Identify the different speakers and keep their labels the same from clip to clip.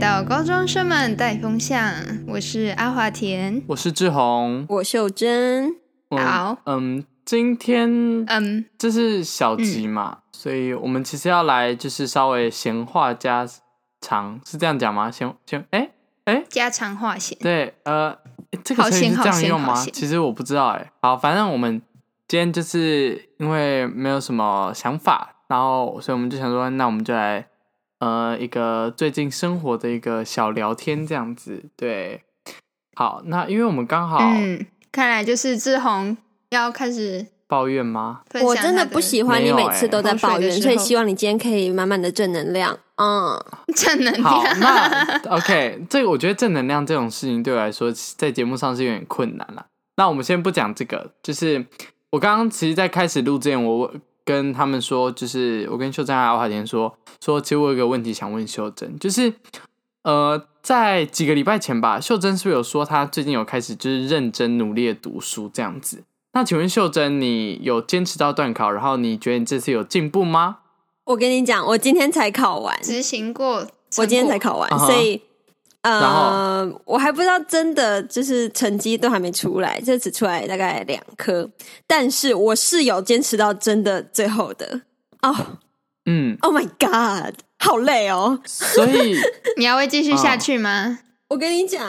Speaker 1: 到高中生们带风向，我是阿华田。
Speaker 2: 我是志宏。
Speaker 3: 我秀珍，
Speaker 2: 嗯
Speaker 1: 好，
Speaker 2: 嗯，今天
Speaker 1: 嗯，
Speaker 2: 这是小集嘛，所以我们其实要来就是稍微闲话家常，是这样讲吗？闲闲哎哎，
Speaker 1: 家常话闲。
Speaker 2: 对，呃，诶这个
Speaker 1: 好
Speaker 2: 成语
Speaker 1: 闲
Speaker 2: 是
Speaker 1: 好
Speaker 2: 这样
Speaker 1: 闲
Speaker 2: 用
Speaker 1: 好
Speaker 2: 吗？
Speaker 1: 闲
Speaker 2: 其实我不知道哎、好，反正我们今天就是因为没有什么想法，然后所以我们就想说，那我们就来呃一个最近生活的一个小聊天这样子。对，好，那因为我们刚好
Speaker 1: 嗯，看来就是志宏要开始
Speaker 2: 抱怨吗？
Speaker 1: 分享
Speaker 3: 我
Speaker 1: 他
Speaker 3: 真的不喜欢
Speaker 2: 没
Speaker 3: 你
Speaker 2: 有
Speaker 3: 每
Speaker 2: 欸
Speaker 3: 次都在抱
Speaker 1: 口水的
Speaker 3: 怨，
Speaker 1: 时
Speaker 3: 所以
Speaker 1: 候
Speaker 3: 希望你今天可以满满的正能量。嗯，
Speaker 1: 正能
Speaker 2: 好，
Speaker 1: 量。
Speaker 2: 那 OK，这个我觉得正能量这种事情对我来说，在节目上是有点困难了。那我们先不讲这个，就是我刚刚其实，在开始录之前，我跟他们说，就是我跟秀珍还有华田说，说其实我有个问题想问秀珍，就是呃，在几个礼拜前吧，秀珍是不是有说她最近有开始就是认真努力的读书这样子？那请问秀珍，你有坚持到段考，然后你觉得你这次有进步吗？
Speaker 3: 我跟你讲，我今天才考完，
Speaker 1: 执行过成果，
Speaker 3: 我今天才考完
Speaker 2: 啊哈，
Speaker 3: 所以
Speaker 2: 然
Speaker 3: 呃
Speaker 2: 后，
Speaker 3: 我还不知道真的就是成绩都还没出来，这只出来大概两科，但是我是有坚持到真的最后的。哦
Speaker 2: 嗯，
Speaker 3: ，Oh my God，好累哦！
Speaker 2: 所以
Speaker 1: 你还会继续下去吗？
Speaker 3: 我跟你讲，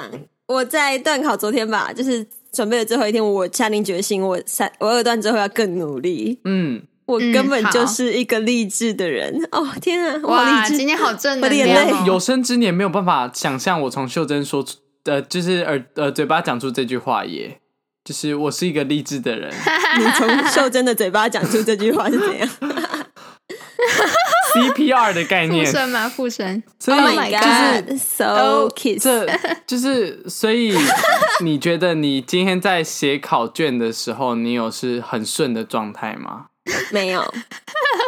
Speaker 3: 我在段考昨天吧，就是准备的最后一天，我下定决心，我三我二段之后要更努力。
Speaker 2: 嗯。
Speaker 3: 我
Speaker 1: 嗯
Speaker 3: 根本
Speaker 1: 好
Speaker 3: 就是一个励志的人、哦！天啊，我好
Speaker 1: 哇，
Speaker 3: 励
Speaker 1: 今
Speaker 3: 志！
Speaker 1: 天好正能
Speaker 3: 我的眼
Speaker 1: 量
Speaker 3: 泪
Speaker 1: 哦！
Speaker 2: 啊有生之年没有办法想象我从秀珍说出，呃，就是耳呃嘴巴讲出这句话耶，就是我是一个励志的 人
Speaker 3: 你 从秀珍的嘴巴讲出这句话是怎样？哦
Speaker 2: ，CPR 的概
Speaker 1: 附
Speaker 2: 念，
Speaker 1: 身吗？附身。
Speaker 2: 所以
Speaker 1: Oh my
Speaker 2: 就
Speaker 1: god Oh，
Speaker 2: 是
Speaker 3: god！So，Oh, kiss，
Speaker 2: 这就是所以你觉得你今天在写考卷的时候，你有是很顺的状态吗？
Speaker 3: 没有，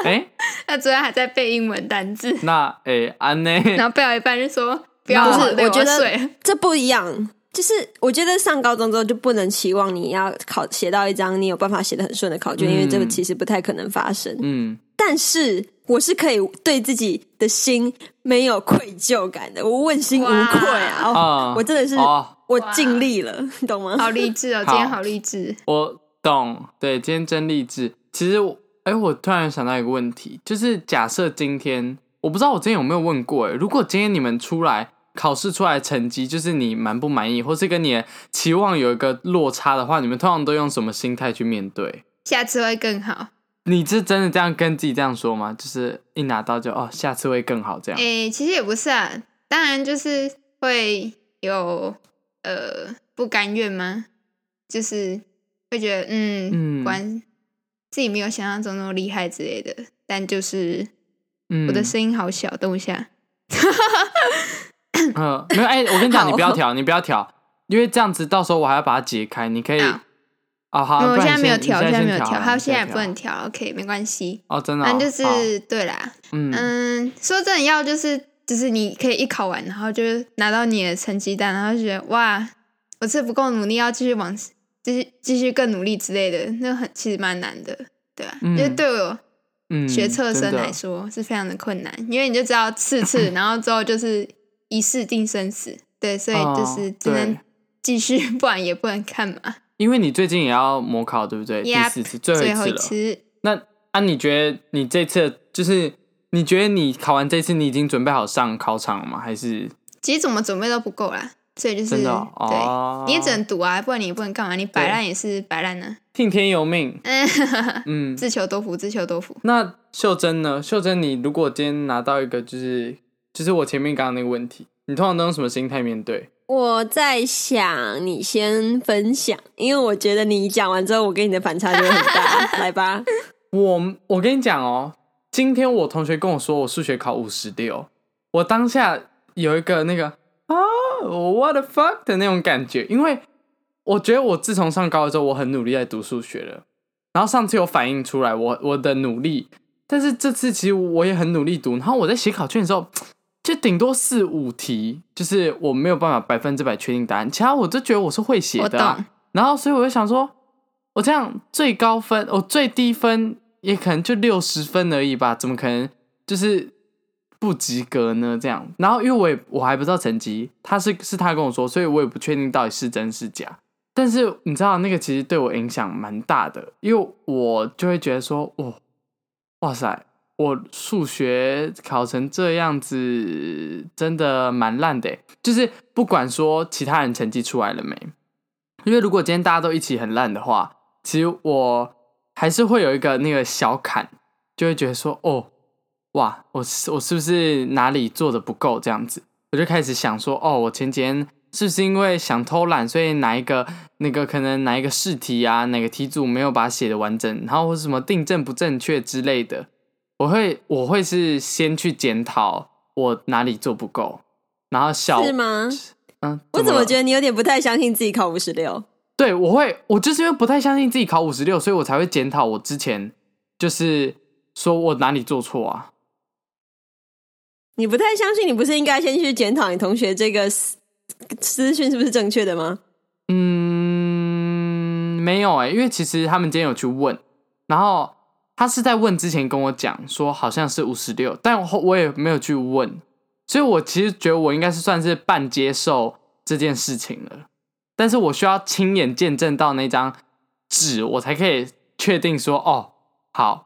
Speaker 2: 哎、
Speaker 1: 他昨天还在背英文单字，
Speaker 2: 那哎安 呢？
Speaker 1: 然后背到一半就说不要
Speaker 2: 那
Speaker 1: 了，好
Speaker 3: 不是
Speaker 1: 累
Speaker 3: 我
Speaker 1: 我
Speaker 3: 觉
Speaker 1: 要
Speaker 3: 得
Speaker 1: 睡了。
Speaker 3: 这不一样。就是我觉得上高中之后就不能期望你要考写到一张你有办法写的很顺的考卷，因为这个
Speaker 2: 嗯
Speaker 3: 其实不太可能发生。
Speaker 2: 嗯，
Speaker 3: 但是我是可以对自己的心没有愧疚感的，我问心无愧
Speaker 2: 哇
Speaker 3: 啊！哦我真的是、
Speaker 2: 哦，
Speaker 3: 我尽力了，你懂吗？
Speaker 1: 好励志哦！
Speaker 2: 好
Speaker 1: 今天好励志，
Speaker 2: 我懂，对，今天真励志。其实我，哎、我突然想到一个问题，就是假设今天，我不知道我之前有没有问过、哎，如果今天你们出来考试出来成绩，就是你满不满意，或是跟你的期望有一个落差的话，你们通常都用什么心态去面对？
Speaker 1: 下次会更好。
Speaker 2: 你是真的这样跟自己这样说吗？就是一拿到就哦，下次会更好这样。
Speaker 1: 诶、其实也不是啊，当然就是会有呃不甘愿吗？就是会觉得嗯，
Speaker 2: 嗯
Speaker 1: 管、自己没有想象中那么厉害之类的，但就是
Speaker 2: 嗯，
Speaker 1: 我的声音好小，等我一下。
Speaker 2: 嗯，没有， 哎、我跟你讲，
Speaker 3: 好
Speaker 2: 你不要调，你不要调，因为这样子到时候我还要把它解开，你可以。
Speaker 1: 好
Speaker 2: 啊、好，
Speaker 1: 因为
Speaker 2: 不
Speaker 1: 我
Speaker 2: 然
Speaker 1: 现在
Speaker 2: 你
Speaker 1: 没有
Speaker 2: 你
Speaker 1: 调，现在
Speaker 2: 先
Speaker 1: 没有
Speaker 2: 调
Speaker 1: 调，
Speaker 2: 好
Speaker 1: 还有
Speaker 2: 你
Speaker 1: 现在也
Speaker 2: 调
Speaker 1: 不能调，OK，没关系。
Speaker 2: 哦，真的、哦，
Speaker 1: 反正就
Speaker 2: 好
Speaker 1: 是对啦，
Speaker 2: 嗯
Speaker 1: 嗯，说真的要就是就是你可以一考完，然后就是拿到你的成绩单，然后就觉得哇，我这不够努力，要继续往继续继续更努力之类的，那很其实蛮难的，对吧、
Speaker 2: 嗯
Speaker 1: 就是对我
Speaker 2: 嗯，
Speaker 1: 学测生
Speaker 2: 真的
Speaker 1: 来说是非常的困难，因为你就知道次次，然后之后就是一试定生死，对，所以就
Speaker 2: 哦
Speaker 1: 是只能
Speaker 2: 对
Speaker 1: 继续，不然也不能看嘛。
Speaker 2: 因为你最近也要模考，对不对？ 第
Speaker 1: Yep，
Speaker 2: 四次，最后
Speaker 1: 最
Speaker 2: 一
Speaker 1: 后
Speaker 2: 次
Speaker 1: 一
Speaker 2: 了。
Speaker 1: 次，
Speaker 2: 那啊，你觉得你这次就是你觉得你考完这次，你已经准备好上考场了吗？还是
Speaker 1: 其实怎么准备都不够啦，所以就是
Speaker 2: 真的哦？
Speaker 1: 对。
Speaker 2: 哦
Speaker 1: 你也只能读啊，不然你也不能干嘛，你摆烂也是摆烂呢。
Speaker 2: 听天 由命。
Speaker 1: 嗯，
Speaker 2: 嗯，
Speaker 1: 自求多福，自求多福。
Speaker 2: 那秀珍呢？秀珍，你如果今天拿到一个，就是就是我前面刚刚那个问题，你通常都用什么心态面对？
Speaker 3: 我在想你先分享，因为我觉得你讲完之后，我跟你的反差就会很 大。来吧，
Speaker 2: 我我跟你讲哦，今天我同学跟我说我数学考五十六，我当下有一个那个啊，what the fuck 的那种感觉，因为我觉得我自从上高的之后，我很努力在读数学了，然后上次有反映出来我我的努力，但是这次其实我也很努力读，然后我在写考卷的时候，就顶多四五题，就是我没有办法百分之百确定答案，其他我就觉得我是会写
Speaker 1: 我
Speaker 2: 的啊、
Speaker 1: 懂
Speaker 2: 然后所以我就想说，我这样最高分，我最低分也可能就六十分而已吧，怎么可能就是不及格呢？这样，然后因为我也我还不知道成绩，他是是他跟我说，所以我也不确定到底是真是假。但是你知道，那个其实对我影响蛮大的，因为我就会觉得说，哇、哇塞，我数学考成这样子，真的蛮烂的耶。欸就是不管说其他人成绩出来了没，因为如果今天大家都一起很烂的话，其实我还是会有一个那个小坎，就会觉得说，哦，哇，我是我是不是哪里做的不够这样子？我就开始想说，哦，我前几天是不是因为想偷懒，所以哪一个那个可能哪一个试题啊，哪个题组没有把它写的完整，然后或是什么订正不正确之类的，我会我会是先去检讨我哪里做不够，然后小
Speaker 3: 是吗？
Speaker 2: 嗯，
Speaker 3: 我怎
Speaker 2: 么
Speaker 3: 么
Speaker 2: 了
Speaker 3: 觉得你有点不太相信自己考五十六？
Speaker 2: 对，我会，我就是因为不太相信自己考五十六，所以我才会检讨我之前就是说我哪里做错啊。
Speaker 3: 你不太相信，你不是应该先去检讨你同学这个私私讯是不是正确的吗？
Speaker 2: 嗯，没有哎、因为其实他们今天有去问，然后他是在问之前跟我讲说好像是五十六，但我我也没有去问，所以我其实觉得我应该是算是半接受这件事情了，但是我需要亲眼见证到那张纸，我才可以确定说哦，好，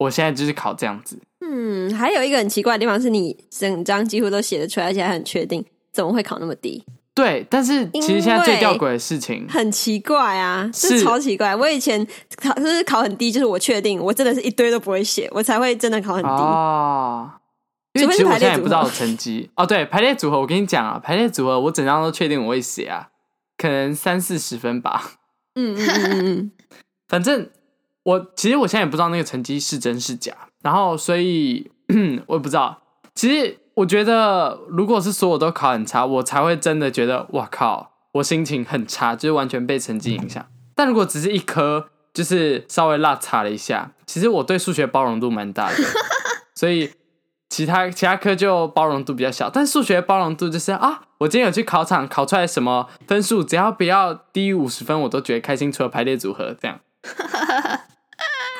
Speaker 2: 我现在就是考这样子。
Speaker 3: 嗯，还有一个很奇怪的地方是你整张几乎都写得出来，而且还很确定，怎么会考那么低？
Speaker 2: 对，但是其实现在最吊诡的事情，
Speaker 3: 很奇怪啊，
Speaker 2: 是
Speaker 3: 这超奇怪。我以前考就是考很低，就是我确定我真的是一堆都不会写，我才会真的考很低。
Speaker 2: 哦，因为其实我现在也不知道我成绩哦。对，排列组合，我跟你讲啊，排列组合我整张都确定我会写啊，可能三四十分吧。
Speaker 3: 嗯嗯嗯嗯嗯，
Speaker 2: 反正我其实我现在也不知道那个成绩是真是假，然后所以 我也不知道。其实我觉得，如果是所有都考很差，我才会真的觉得哇靠，我心情很差，就是完全被成绩影响。但如果只是一科，就是稍微落差了一下，其实我对数学包容度蛮大的，所以其他其他科就包容度比较小，但数学包容度就是啊，我今天有去考场考出来什么分数，只要不要低于五十分，我都觉得开心，除了排列组合这样。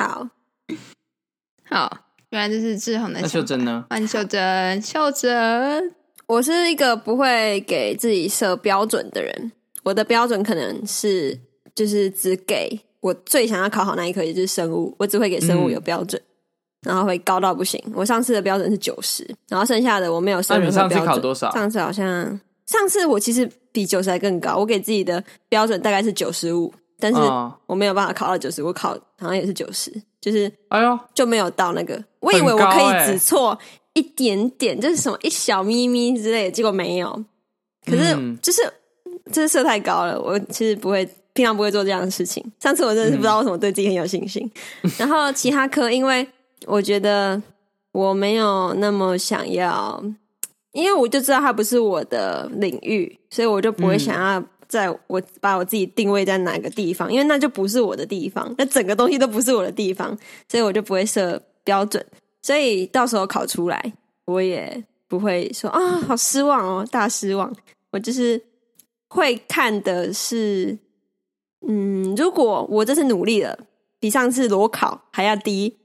Speaker 3: 好，
Speaker 1: 好，原来这是志宏的
Speaker 2: 那
Speaker 1: 想
Speaker 2: 秀
Speaker 1: 法。
Speaker 2: 珍呢？
Speaker 1: 欢迎秀珍，秀珍，
Speaker 3: 我是一个不会给自己设标准的人，我的标准可能是就是只给我最想要考好那一科，也就是生物，我只会给生物
Speaker 2: 嗯
Speaker 3: 有标准。然后会高到不行，我上次的标准是九十，然后剩下的我没有设
Speaker 2: 那你
Speaker 3: 任何
Speaker 2: 上次
Speaker 3: 标准。
Speaker 2: 考多少？
Speaker 3: 上次好像上次我其实比九十还更高，我给自己的标准大概是九十五，但是
Speaker 2: 嗯，
Speaker 3: 我没有办法考到九十，我考好像也是九十，就是
Speaker 2: 哎呦，
Speaker 3: 就没有到那个。我以为
Speaker 2: 很
Speaker 3: 我
Speaker 2: 高
Speaker 3: 可以
Speaker 2: 欸
Speaker 3: 只错一点点，就是什么一小咪咪之类的，结果没有。可是
Speaker 2: 嗯
Speaker 3: 就是这设太高了，我其实不会，平常不会做这样的事情。上次我真的是不知道为什么对自己很有信心。 然后其他科，因为我觉得我没有那么想要，因为我就知道它不是我的领域，所以我就不会
Speaker 2: 嗯
Speaker 3: 想要。在我把我自己定位在哪个地方，因为那就不是我的地方，那整个东西都不是我的地方，所以我就不会设标准，所以到时候考出来，我也不会说啊，好失望哦，大失望。我就是会看的是，嗯，如果我这次努力了，比上次裸考还要低，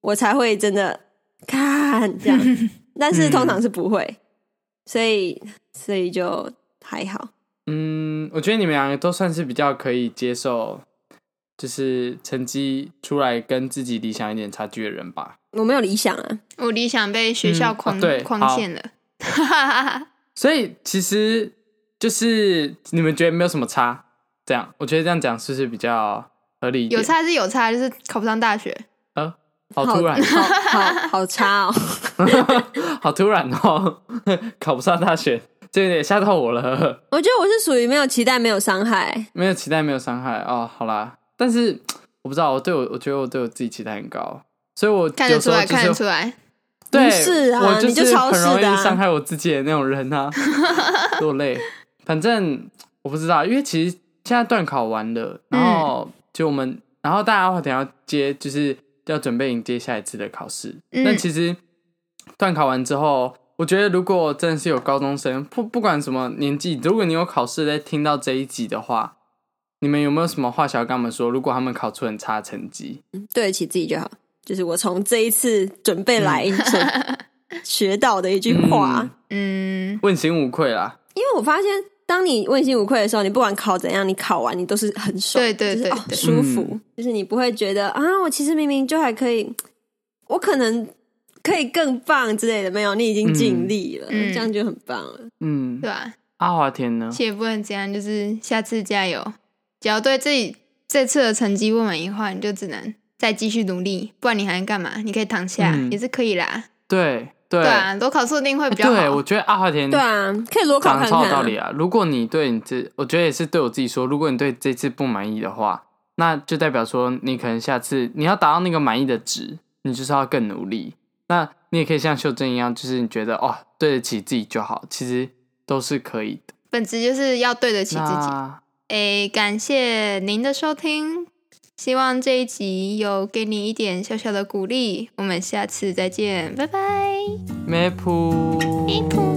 Speaker 3: 我才会真的看 这样。但
Speaker 2: 嗯
Speaker 3: 是通常是不会，所以所以就还好。
Speaker 2: 嗯，我觉得你们两个都算是比较可以接受，就是成绩出来跟自己理想一点差距的人吧。
Speaker 3: 我没有理想啊，
Speaker 1: 我理想被学校
Speaker 2: 嗯
Speaker 1: 框、
Speaker 2: 啊对
Speaker 1: 框
Speaker 2: 好
Speaker 1: 限了，哈哈哈。
Speaker 2: 所以其实就是你们觉得没有什么差，这样我觉得这样讲是不是比较合理一 点？
Speaker 1: 有差是有差，就是考不上大学。
Speaker 2: 呃，好突然，
Speaker 3: 好好好差哦。
Speaker 2: 好突然哦， 考不上大学，这有点吓到我了。
Speaker 3: 我觉得我是属于没有期待、没有伤害，
Speaker 2: 没有期待，没有伤害哦。好啦，但是我不知道，我对我我觉得我对我自己期待很高，所以我
Speaker 1: 看得
Speaker 2: 有时
Speaker 1: 出
Speaker 2: 候
Speaker 1: 来，
Speaker 2: 就是
Speaker 1: 看得出来。
Speaker 2: 对，
Speaker 3: 不是啊
Speaker 2: 我就
Speaker 3: 你就是超
Speaker 2: 很容
Speaker 3: 市的啊
Speaker 2: 易伤害我自己的那种人 啊，落泪。反正我不知道，因为其实现在段考完了，然
Speaker 3: 嗯
Speaker 2: 后就我们，然后大家等一下要接，就是要准备迎接下一次的考试。
Speaker 1: 嗯
Speaker 2: 那其实段考完之后，我觉得如果真的是有高中生，不不管什么年纪，如果你有考试在听到这一集的话，你们有没有什么话想要跟他们说？如果他们考出很差的成绩，
Speaker 3: 对得起自己就好。就是我从这一次准备来一次，学到的一句话。
Speaker 2: 嗯
Speaker 1: 嗯嗯，
Speaker 2: 问心无愧啦。
Speaker 3: 因为我发现，当你问心无愧的时候，你不管考怎样，你考完你都是很爽，
Speaker 1: 对对
Speaker 3: 就是
Speaker 1: 对
Speaker 3: 哦
Speaker 1: 对嗯
Speaker 3: 舒服，就是你不会觉得啊，我其实明明就还可以，我可能可以更棒之类的，没有，你已经尽力了，
Speaker 1: 嗯
Speaker 3: 这样就很棒了。
Speaker 2: 嗯，
Speaker 1: 对吧？
Speaker 2: 阿华田呢
Speaker 1: 其？实也不能这样，就是下次加油。只要对自己这次的成绩不满意的话，你就只能再继续努力，不然你还能干嘛？你可以躺下、
Speaker 2: 嗯
Speaker 1: 也是可以啦。
Speaker 2: 对对
Speaker 1: 对啊，裸考说不定会
Speaker 2: 哎
Speaker 1: 比较好。
Speaker 2: 对，我觉得阿华田
Speaker 3: 对啊，
Speaker 1: 嗯
Speaker 3: 可以裸考
Speaker 2: 讲的
Speaker 3: 看
Speaker 2: 超有
Speaker 3: 看、
Speaker 2: 道
Speaker 3: 啊。
Speaker 2: 理啊！如果你对你这，我觉得也是对我自己说，如果你对这次不满意的话，那就代表说你可能下次你要达到那个满意的值，你就是要更努力。那你也可以像秀珍一样，就是你觉得哦，对得起自己就好，其实都是可以的。
Speaker 1: 本质就是要对得起自己。
Speaker 2: 那
Speaker 1: 诶，感谢您的收听，希望这一集有给你一点小小的鼓励。我们下次再见，拜拜。
Speaker 2: 咩噗。
Speaker 1: 咪咕